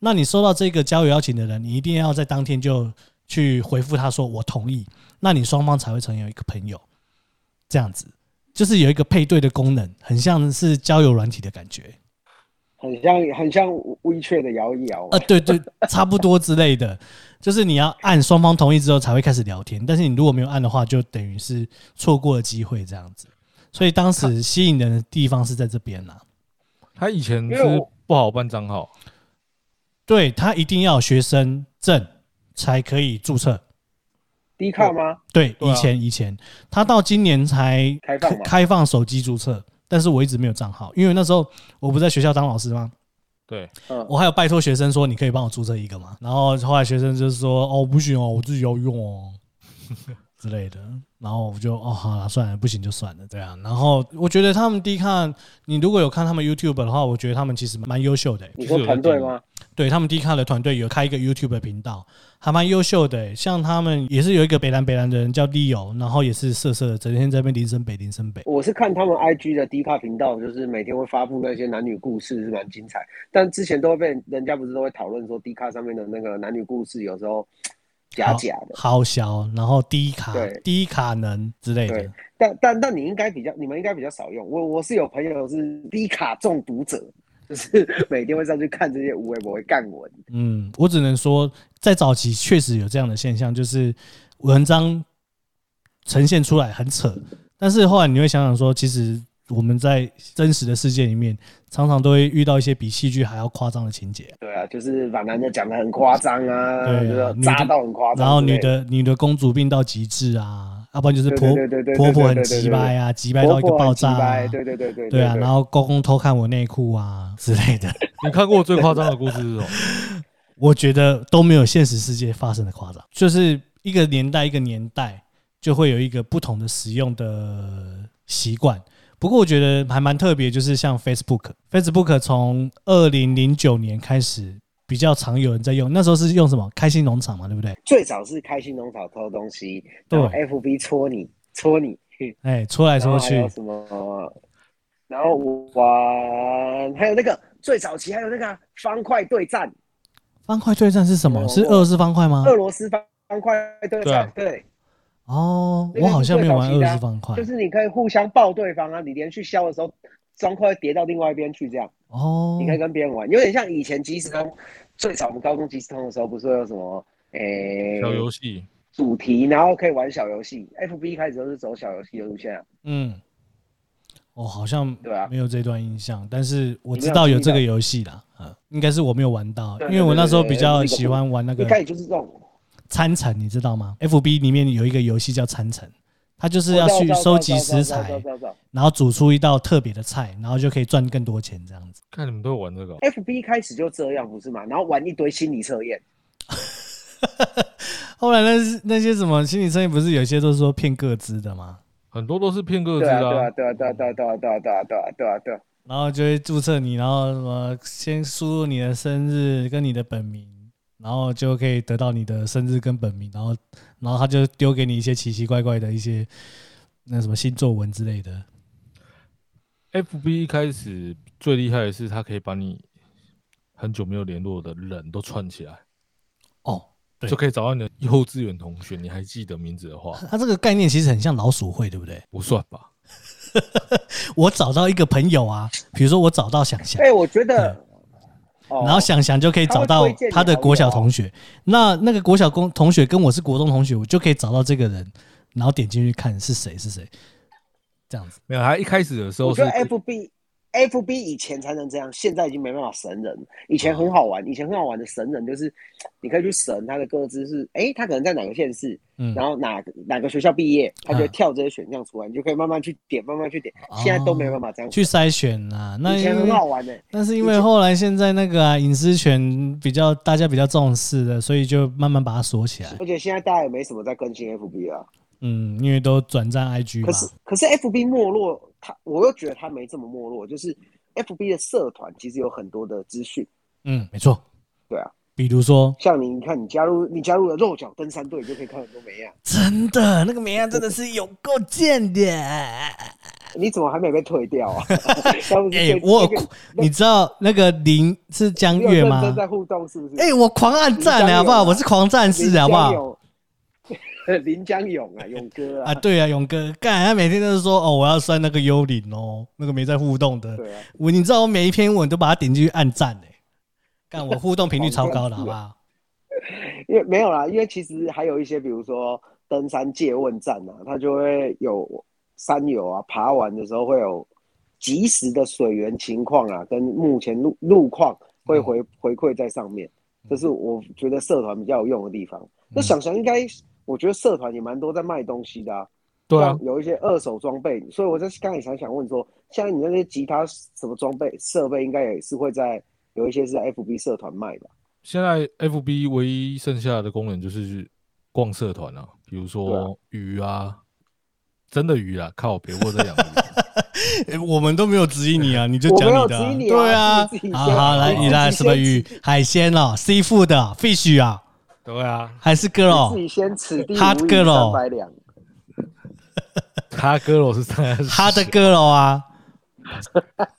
S1: 那你收到这个交友邀请的人，你一定要在当天就去回复他说我同意，那你双方才会成为一个朋友。这样子，就是有一个配对的功能，很像是交友软体的感觉。
S3: 很像很像微雀的摇一摇嘛
S1: 啊，对对， *laughs* 差不多之类的，就是你要按双方同意之后才会开始聊天，但是你如果没有按的话，就等于是错过了机会这样子。所以当时吸引人的地方是在这边啊啦。
S2: 他以前
S3: 因为
S2: 是
S3: 我
S2: 不好办账号，
S1: 对他一定要有学生证才可以注册。
S3: ，D 卡吗？
S1: 对，
S2: 对
S1: 以
S2: 啊
S1: 前以前他到今年才
S3: 开放嘛
S1: 开放手机注册，但是我一直没有账号，因为那时候我不在学校当老师吗？
S2: 对，
S3: 嗯，
S1: 我还有拜托学生说，你可以帮我注册一个吗？然后后来学生就是说，哦，不行哦，我自己要用哦， *laughs* 之类的，然后我就哦好了，算了，不行就算了这样。然后我觉得他们 D 看，你如果有看他们 YouTube 的话，我觉得他们其实蛮优秀的、欸
S3: 你说团队吗？
S1: 对他们 D 卡的团队有开一个 YouTube 的频道，还蛮优秀的、欸像他们也是有一个北南北南的人叫 Leo，然后也是色色的，整天在那边林森北林森北。
S3: 我是看他们 IG 的低卡频道，就是每天会发布那些男女故事，是蛮精彩。但之前都会被人家不是都会讨论说低卡上面的那个男女故事有时候假假的。
S1: 好小，然后低卡
S3: 对
S1: 低卡能之类的
S3: 对，但但但你应该比较，你们应该比较少用。我我是有朋友是低卡中毒者，就是每天会上去看这些无微博会干文。
S1: 嗯，我只能说，在早期确实有这样的现象，就是文章呈现出来很扯，但是后来你会想想说，其实我们在真实的世界里面，常常都会遇到一些比戏剧还要夸张的情节啊
S3: 对啊，就是把男的讲的很夸张啊，
S1: 对啊
S3: 就是扎到很夸张之类。
S1: 然后女的女的公主病到极致啊，要不然就是
S3: 对
S1: 婆
S3: 对对对对
S1: 婆婆很
S3: 对对对
S1: 急掰啊，急掰到
S3: 婆
S1: 一个
S3: 婆
S1: 爆
S3: 很鸡
S1: 炸啊
S3: 掰，，对对对对
S1: 对啊，然
S3: 后
S1: 后公公偷看我内裤啊之类的，
S2: 你看过最夸张的故事是
S3: *laughs*
S2: 什么？
S1: 我觉得都没有现实世界发生的夸张，就是一个年代一个年代就会有一个不同的使用的习惯。不过我觉得还蛮特别，就是像 Facebook，Facebook 从二零零九年开始比较常有人在用，那时候是用什么开心农场嘛，对不对？
S3: 最早是开心农场偷东西，然后 FB 戳你戳你，
S1: 哎，戳来
S3: 然后
S1: 戳
S3: 还有
S1: 去，
S3: 什么？然后玩，还有那个最早期还有那个啊方块对战，
S1: 方块对战是什么？
S3: 我
S1: 是俄式方块吗？
S3: 俄罗斯方方块对
S2: 对
S3: 战
S2: 啊，
S3: 对，
S1: 哦，
S3: 那
S1: 我
S3: 个
S1: 好
S3: 是
S1: 像
S3: 最
S1: 没有
S3: 早
S1: 玩
S3: 期
S1: 俄
S3: 的啊
S1: 式方块
S3: 就是你可以互相抱对方啊，你连续削的时候，方块叠到另外一边去，这样
S1: 哦
S3: 你。可以跟别人玩，有点像以前即时通，最早我们高中即时通的时候，不是会有什么诶、
S2: 小游戏，
S3: 主题，然后可以玩小游戏，FB 开始都是走小游戏的路线啊，
S1: 嗯，我好像
S3: 对啊
S1: 没有这段印象，但是我
S3: 你
S1: 知
S3: 没有
S1: 道有
S3: 注意
S1: 这个
S3: 到
S1: 游戏啦，嗯，应该是我没有玩到，
S3: 对
S1: 因为我
S3: 对
S1: 那时候
S3: 对
S1: 比
S3: 对
S1: 较
S3: 那个
S1: 喜欢玩那
S3: 一
S1: 个
S3: 开始就是这种。
S1: 参城，你知道吗？FB 里面有一个游戏叫参城，它就是要
S3: 我知道
S1: 去
S3: 我知道
S1: 收
S3: 我
S1: 集
S3: 知道
S1: 食
S3: 哦我知道我知
S1: 材
S3: 道我，知道我知道
S1: 然后煮出一道特别的菜，然后就可以赚更多钱这样子。
S2: 看你们都有玩这个哦，
S3: FB 开始就这样，不是嘛？然后玩一堆心理测验，
S1: 后来那那些什么心理测验，不是有些都是说骗各资的吗？
S2: 很多都是骗个子
S3: 对啊，对
S2: 的
S3: 啊，
S2: 啊。
S3: 对啊，对啊，对啊，对啊，对啊，对啊，对啊，对啊，
S1: *laughs*
S3: 对啊，
S1: 然后就会注册你，然后什么先输入你的生日跟你的本名，然后就可以得到你的生日跟本名，然后然后他就丢给你一些奇奇怪怪的一些那什么星座文之类的。
S2: FB 一开始最厉害的是，它可以把你很久没有联络的人都串起来，
S1: 哦，对
S2: 就可以找到你的幼稚园同学。你还记得名字的话，
S1: 他这个概念其实很像老鼠会，对不对？
S2: 不算吧？
S1: 我找到一个朋友啊，比如说我找到想想，
S3: 哎，我觉得，哦
S1: 然后想想就可以找
S3: 他
S1: 到
S3: 会推荐你
S1: 他的
S3: 好友
S1: 国小同学，那那个国小公同学跟我是国中同学，我就可以找到这个人，然后点进去看是谁是谁，这样子。
S2: 没有，它一开始的时候
S3: 我
S2: 是
S3: 觉得 FB。F B 以前才能这样，现在已经没办法神人。以前很好玩，以前很好玩的神人就是，你可以去神他的各自是，哎、他可能在哪个县市，
S1: 嗯，
S3: 然后哪个哪个学校毕业，他就会
S1: 嗯
S3: 跳这些选项出来，你就可以慢慢去点，慢慢去点。现在都没办法这样，
S1: 哦去筛选啊。那
S3: 以前
S1: 因
S3: 很
S1: 为
S3: 好玩的、
S1: 但是因为后来现在那个啊隐私权比较大家比较重视了，所以就慢慢把它锁起来。
S3: 而且现在大家也没什么在更新 F B 了。
S1: 嗯，因为都转战 IG
S3: 可
S1: 吧。
S3: 是可是 F B 没落，它我又觉得它没这么没落，就是 F B 的社团其实有很多的资讯，
S1: 嗯，没错。
S3: 对啊，
S1: 比如说，
S3: 像你你看你加入你加入了肉脚登山队，你就可以看很多美亚。
S1: 真的那个绵羊真的是有够贱
S3: *laughs*
S1: 的。
S3: 你怎么还没被退
S1: *laughs*
S3: 掉啊？他们是
S1: 哎、
S3: 最
S1: 我有
S3: 那个
S1: 哭你知道那个林是江
S3: 你有
S1: 月
S3: 认
S1: 吗
S3: 真？在互动是不是？
S1: 哎、我狂暗战
S3: 林江
S1: 了，
S3: 友
S1: 好不好？
S3: 啊
S1: 我是狂战士，好不好？
S3: 好？ *laughs* 林江勇啊，勇哥啊
S1: 啊，，对啊，勇哥，干，他每天都是说哦，我要删那个幽灵哦，那个没在互动的。
S3: 对啊，
S1: 我你知道我每一篇文都把它点进去按赞 *laughs* 哎、干我互动频率超高的，好不好？
S3: 因为没有啦，因为其实还有一些，比如说登山借问站啊，它就会有山友啊，爬完的时候会有及时的水源情况啊，跟目前路路况会回
S1: 嗯
S3: 回馈在上面，这是我觉得社团比较有用的地方。
S1: 嗯
S3: 那想想应该，我觉得社团也蛮多在卖东西的啊，
S2: 对啊
S3: 像，有一些二手装备，所以我在刚才想想问说，现在你那些吉他什么装备设备，应该也是会在有一些是在 FB 社团卖吧？
S2: 现在 FB 唯一剩下的功能就是逛社团啊，比如
S3: 对啊
S2: 说鱼啊，真的鱼啊，靠，别我在养鱼，
S1: 诶 *laughs* 我们都没有质疑你 *laughs* 啊，你就
S3: 我
S1: 讲
S3: 没有
S1: 的啊，
S3: 质疑你啊
S1: 对啊
S3: 你自己，先
S1: 好好来，
S3: 你
S1: 你
S3: 自
S1: 来
S3: 己
S1: 什么
S3: 先
S1: 鱼？海鲜哦，seafood 的 fish 啊，
S2: *laughs* 对啊，
S1: 还是哦 girl？
S3: 自己先此地无
S1: 哈
S3: 银
S1: 哥咯
S3: 三百两，
S2: 他哥我是三十，
S1: 哈的 girl 啊，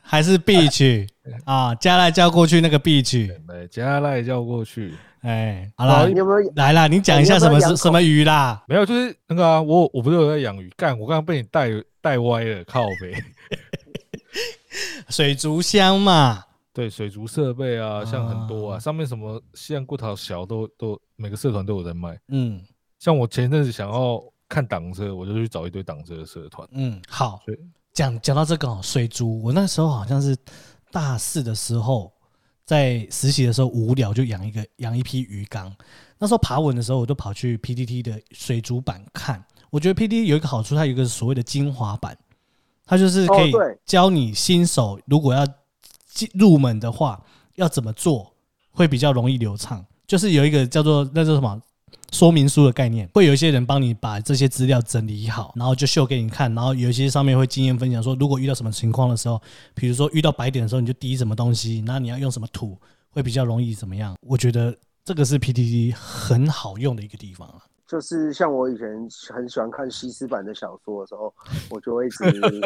S1: 还是 beach 啊，加来加过去那个 beach，
S2: 对，加赖叫过去，
S1: 哎，好啦
S2: 哦，
S3: 你有没有？
S1: 来啦，你讲一下
S3: 你
S1: 什
S3: 要
S1: 么
S3: 不要
S1: 是
S3: 养
S1: 什么鱼啦？
S2: 没有，就是那个啊，我我不是有在养鱼，干，我刚刚被你带带歪了，靠呗。
S1: 水族箱嘛，
S2: *laughs* 对，水族设备啊，像很多啊，
S1: 啊
S2: 上面什么西洋骨头小都都每个社团都有在卖。
S1: 嗯
S2: 像我前阵子想要看挡车，我就去找一堆挡车的社团。
S1: 嗯，好
S2: 对，
S1: 讲讲到这个、哦、水族，我那时候好像是大四的时候，在实习的时候无聊就养一个养一批鱼缸，那时候爬文的时候，我都跑去 PTT 的水族版看，我觉得 PTT 有一个好处，它有一个所谓的精华版，它就是可以
S3: 哦对
S1: 教你新手如果要进入门的话，要怎么做会比较容易流畅，就是有一个叫做那叫什么。说明书的概念，会有一些人帮你把这些资料整理好，然后就秀给你看，然后有一些上面会经验分享说，如果遇到什么情况的时候，比如说遇到白点的时候，你就滴什么东西，那你要用什么土会比较容易怎么样？我觉得这个是 PTT 很好用的一个地方啊。
S3: 就是像我以前很喜欢看西斯版的小说的时候，我就会一直
S1: *laughs*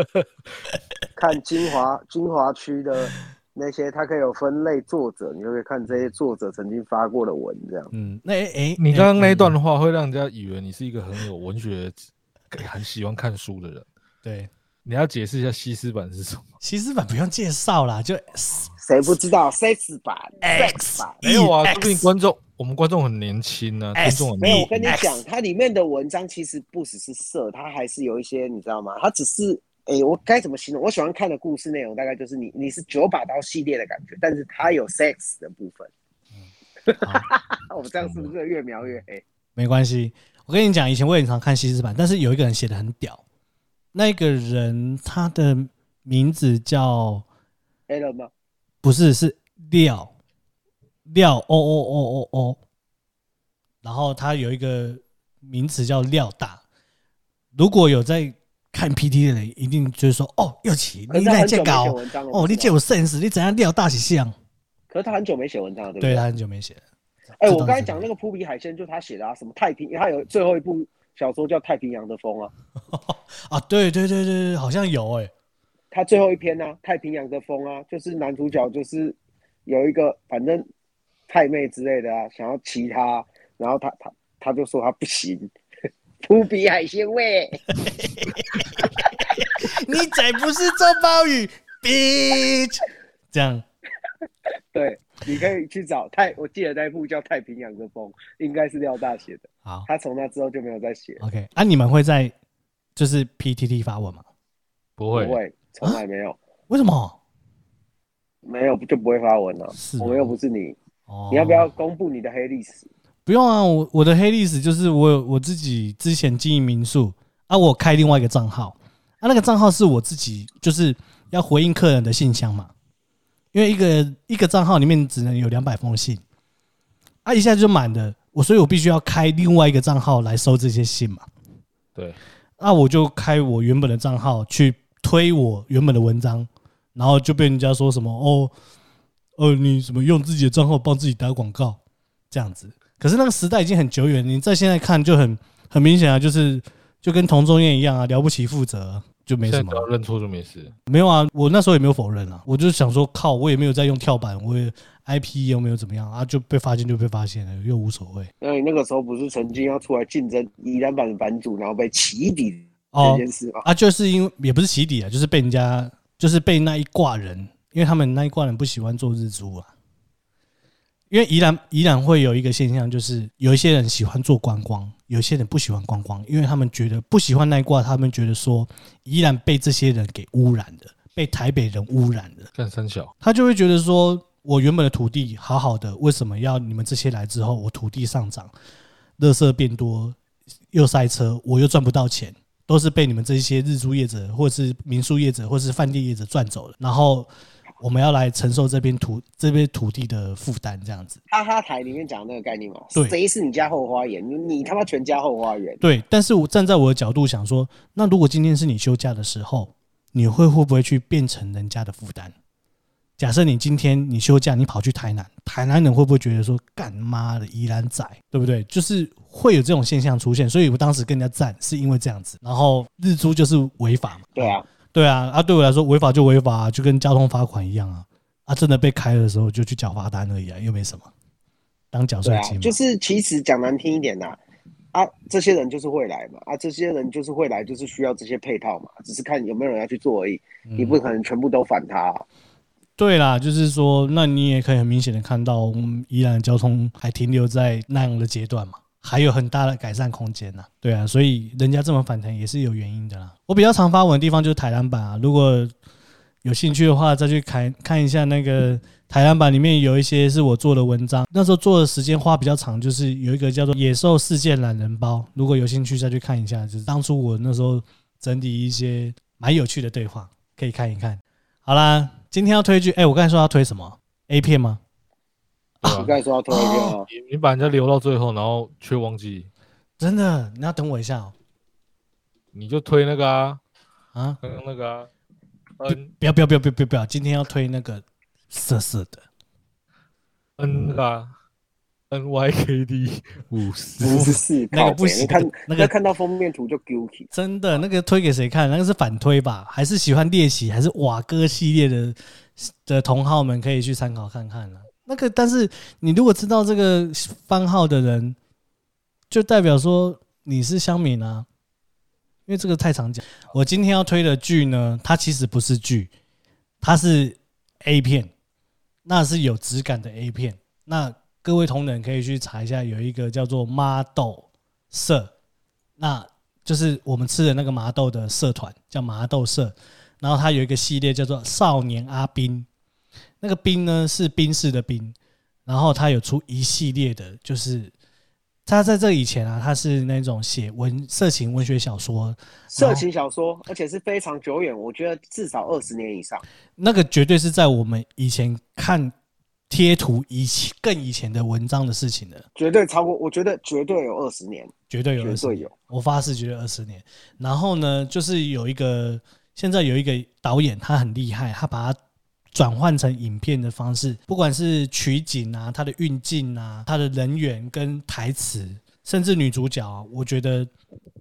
S3: 看精华精华区的那些，它可以有分类作者，你就可以看这些作者曾经发过的文，这样
S1: 嗯，那诶诶，
S2: 你刚刚那一段
S1: 诶
S2: 的话，会让人家以为你是一个很有文学、 *laughs* 很喜欢看书的人。
S1: 对，
S2: 你要解释一下西施版是什么？
S1: 其实版不用介绍啦，就
S3: 谁不知道 sex 版
S1: X
S3: sex 版？
S2: 没有啊，
S1: EX
S2: 说不定观众我们观众很年轻啊，听
S1: S
S2: 众很
S3: 没有，
S2: 年
S3: 我跟你
S1: X
S3: 讲，它里面的文章其实不只是色，它还是有一些，你知道吗？它只是，诶、我该怎么形容？我喜欢看的故事内容大概就是你你是九把刀系列的感觉，但是它有 sex 的部分。啊
S1: 好
S3: 我这样是不是越描越黑？
S1: 没关系。我跟你讲，以前我也常看西施版，但是有一个人写的很屌，那个人他的名字叫
S3: 黑了吗？
S1: 不是是廖廖哦哦哦哦哦，然后他有一个名词叫廖大。如果有在看 PT 的人，一定就是说哦，又起
S3: 可
S1: 你
S3: 是他
S1: 那
S3: 很
S1: 见
S3: 久没
S1: 搞
S3: 写文章了
S1: 哦，你见
S3: 我
S1: 有 sense，你怎样廖大是像？
S3: 可是他很久没写文章了，对不
S1: 对
S3: 对？
S1: 他很久没写了。
S3: 哎、
S1: 这
S3: 我
S1: 倒
S3: 刚
S1: 是真
S3: 才讲
S1: 的
S3: 那个扑鼻海鲜，就他写的啊，什么太平，他有最后一部小说叫《太平洋的风》啊，
S1: *laughs* 啊，对对对对对，好像有哎、
S3: 他最后一篇呢、啊，《太平洋的风》啊，就是男主角就是有一个反正太妹之类的啊，想要骑他，然后他他他就说他不行， *laughs* 扑鼻海鲜味，
S1: 你才不是周包雨 *laughs* ，bitch，这样
S3: *laughs* 对，你可以去找太，我记得那一部叫《太平洋的风》，应该是廖大写的，
S1: 好
S3: 他从那之后就没有再写了，
S1: ，OK。啊，你们会在就是 PTT 发文吗？
S2: 不
S3: 不
S2: 会，
S3: 会，从来没有，
S1: 为什么？
S3: 没有就不会发文了、啊
S1: 是
S3: 我
S1: 哦
S3: 们又不是你。
S1: 哦，
S3: 你要不要公布你的黑历史？
S1: 不用啊，我我的黑历史就是我有我自己之前经营民宿啊，我开另外一个账号啊，那个账号是我自己就是要回应客人的信箱嘛，因为一个一个账号里面只能有两百封信，啊一下就满了，我所以我必须要开另外一个账号来收这些信嘛，
S2: 对，
S1: 那我就开我原本的账号去推我原本的文章，然后就被人家说什么哦，呃，你什么用自己的账号帮自己打广告这样子。可是那个时代已经很久远，你在现在看就很很明显啊，就是就跟同中燕一样啊，了不起负责啊就没
S2: 现在
S1: 什
S2: 只
S1: 么
S2: 要
S1: 了。
S2: 认错就没事。
S1: 没有啊，我那时候也没有否认啊，我就想说靠，我也没有在用跳板，我也 IP 又没有怎么样啊，就被发现就被发现了，又无所谓。
S3: 那你那个时候不是曾经要出来竞争宜兰版的版主，然后被起底
S1: 哦
S3: 这件事吗？
S1: 啊，就是因为也不是起底啊，就是被人家就是被那一挂人，因为他们那一挂人不喜欢做日租啊。因为宜兰宜兰会有一个现象，就是有一些人喜欢做观光，有一些人不喜欢观光，因为他们觉得不喜欢那一挂，他们觉得说宜兰被这些人给污染的，被台北人污染的，
S2: 看三小，
S1: 他就会觉得说，我原本的土地好好的，为什么要你们这些来之后，我土地上涨，垃圾变多，又塞车，我又赚不到钱，都是被你们这些日租业者，或是民宿业者，或是饭店业者赚走了。然后我们要来承受这片土这片土地的负担，这样子。
S3: 哈哈台里面讲的那个概念嘛，
S1: 对
S3: 谁是你家后花园？你你他妈全家后花园。
S1: 对，但是我站在我的角度想说，那如果今天是你休假的时候，你会会不会去变成人家的负担？假设你今天你休假，你跑去台南，台南人会不会觉得说干妈的宜兰仔，对不对？就是会有这种现象出现，所以我当时跟人家战是因为这样子。然后日租就是违法嘛，
S3: 对啊，
S1: 对啊，啊，对我来说违法就违法、就跟交通罚款一样啊。啊，真的被开的时候就去缴罚单而已啊，又没什么，当缴
S3: 对
S1: 税
S3: 啊
S1: 金，嘛。
S3: 就是其实讲难听一点呐、啊，这些人就是会来嘛，啊，这些人就是会来，就是需要这些配套嘛，只是看有没有人要去做而已。
S1: 嗯
S3: 你不可能全部都反他啊、
S1: 对啦，就是说，那你也可以很明显的看到，我们宜兰的交通还停留在那样的阶段嘛，还有很大的改善空间呐。对啊，所以人家这么反弹也是有原因的啦。我比较常发文的地方就是台南版啊，如果有兴趣的话，再去看看一下那个台南版里面有一些是我做的文章，那时候做的时间花比较长，就是有一个叫做《野兽事件懒人包》，如果有兴趣再去看一下，就是当初我那时候整理一些蛮有趣的对话，可以看一看。好啦，今天要推剧，哎、我刚才说要推什么？A 片吗？
S2: 对
S3: 你 *laughs*
S2: 吧
S3: 刚才说要推荐啊，
S2: 你你把人家留到最后，然后却忘记，
S1: 真的，你要等我一下哦、
S2: 你就推那个啊，
S1: 啊！
S2: 刚刚那个啊，嗯
S1: 不要不要不要不要不要不要！今天要推那个色色的，
S2: 嗯那个啊，NYKD *laughs* 五十，
S3: 不是
S1: *laughs* 那个
S3: 靠
S1: 不
S3: 北
S1: 行
S3: 看
S1: 那
S3: 那
S1: 个
S3: 看到封面图就 guilty。
S1: 真的那个推给谁看？那个是反推吧？还是喜欢猎奇？还是瓦哥系列的的同好们可以去参考看看啊？那个，但是你如果知道这个番号的人，就代表说你是乡民啊，因为这个太常讲。我今天要推的剧呢，它其实不是剧，它是 A 片，那是有质感的 A 片。那各位同仁可以去查一下，有一个叫做麻豆社，那就是我们吃的那个麻豆的社团叫麻豆社，然后它有一个系列叫做少年阿兵，那个兵呢是兵士的兵，然后它有出一系列的，就是他在这以前啊，他是那种写文色情文学小说，
S3: 色情小说，而且是非常久远，我觉得至少二十年以上。
S1: 那个绝对是在我们以前看贴图以前更以前的文章的事情了，
S3: 绝对超过，我觉得绝对有二十年，
S1: 绝对有
S3: 绝
S1: 20
S3: 对
S1: 年
S3: 有。
S1: 我发誓绝对二十年。然后呢，就是有一个现在有一个导演，他很厉害，他把它转换成影片的方式，不管是取景啊、他的运镜啊、他的人员跟台词，甚至女主角啊、我觉得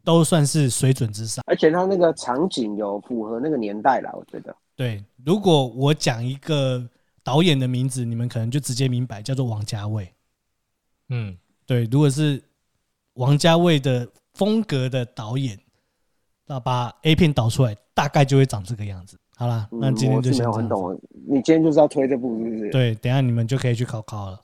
S1: 都算是水准之上。
S3: 而且他那个场景有符合那个年代啦，我觉得。
S1: 对，如果我讲一个导演的名字，你们可能就直接明白，叫做王家卫。
S2: 嗯，
S1: 对，如果是王家卫的风格的导演，那把 A 片导出来，大概就会长这个样子。好啦，
S3: 嗯
S1: 那今天
S3: 我
S1: 就是先
S3: 没有
S1: 这样子。
S3: 很懂，你今天就是要推这部是不是？
S1: 对，等一下你们就可以去考考了，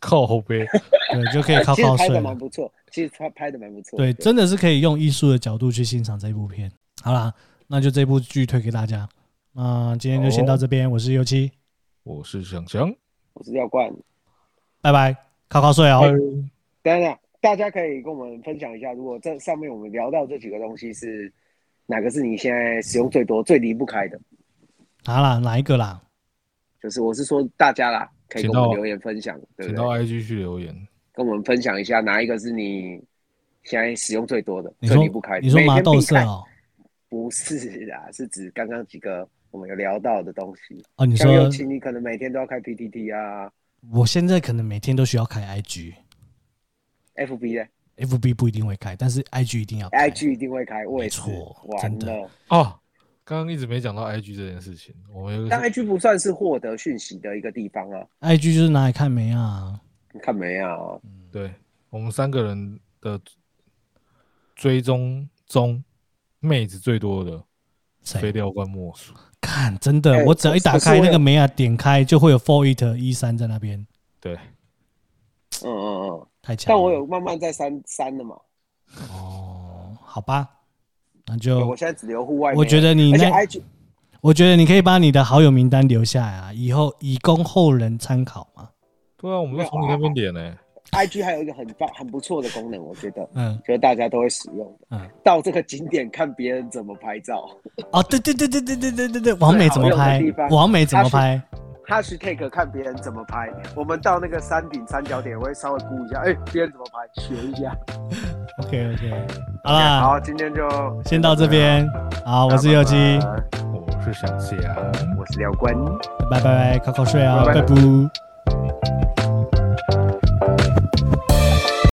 S2: 靠后背，
S1: 对，就可以考
S3: 哎其实
S1: 考
S3: 拍
S1: 水
S3: 的
S1: 了
S3: 蛮。不错，其实他拍的蛮不错。
S1: 对，真的是可以用艺术的角度去欣赏这部片。好啦，那就这部剧推给大家。那今天就先到这边，我是尤七，
S2: *laughs* 我是想想，
S3: 我是廖冠。
S1: 拜拜，考考睡哦。
S3: 等一下等一下，大家可以跟我们分享一下，如果这上面我们聊到这几个东西是哪个是你现在使用最多、最离不开的？
S1: 好啦，哪一个啦？
S3: 就是我是说大家啦，可以跟我
S2: 请
S3: 们
S2: 到
S3: 留言分享，对
S2: 请
S3: 不
S2: 到
S3: 对？
S2: IG 去留言，
S3: 跟我们分享一下哪一个是你现在使用最多的、
S1: 你
S3: 最
S1: 说
S3: 离不开的？
S1: 你说
S3: 每天
S1: 麻豆
S3: 必
S1: 社
S3: 看
S1: 哦？
S3: 不是啦，是指刚刚几个我们有聊到的东西。
S1: 哦，你
S3: 像尤
S1: 说
S3: 其你可能每天都要开 PTT 啊、
S1: 我现在可能每天都需要开 IG。
S3: FB 嘞
S1: FB 不一定会开，但是 IG 一定要开。
S3: IG 一定会开，我也是
S1: 哎没错，真
S3: 完
S1: 的
S3: 了。
S2: 哦，刚刚一直没讲到 IG 这件事情，我们有一
S3: 但
S2: 个
S3: IG 不算是获得讯息的一个地方啊，
S1: IG 就是拿来看梅啊，
S3: 你看没啊？
S1: 嗯
S2: 对我们三个人的追踪中妹子最多的非
S1: 谁
S2: 廖冠莫属，
S1: 看？真的，
S3: 哎
S1: 我只要一打
S3: 可是我
S1: 开
S3: 有
S1: 那个梅啊，点开就会有 For It 一三在那边，
S2: 对，
S3: 嗯嗯嗯。
S1: 太强了。
S3: 但我有慢慢在删删了嘛，
S1: 哦，好吧，那
S3: 对
S1: 就
S3: 我现在只留户外面。
S1: 嗯我觉得你
S3: 而且
S1: 那，
S3: IG
S1: 我觉得你可以把你的好友名单留下来啊，以后以供后人参考嘛。
S2: 对啊，我们就从你那边点呢、
S3: IG 还有一个很棒、很不错的功能，我觉得
S1: 嗯
S3: 就是大家都会使用的。
S1: 嗯，
S3: 到这个景点看别人怎么拍照，
S1: 哦，对对对对对对对对对，王美怎么
S3: 好用的
S1: 拍
S3: 地？方
S1: 王美怎么拍？
S3: 他去 take 看别人怎么拍，我们到那个山顶三角点我会稍微估一下，哎、别人怎么拍，学一下。
S1: OK OK，好啦，
S3: 好，今天就
S1: 先到这，边。好，我是右七，
S3: 拜拜
S2: 哦我是想想。
S3: 我是廖冠。
S1: 拜拜，考考睡啊，
S3: 拜
S1: 拜
S3: 拜
S1: 拜。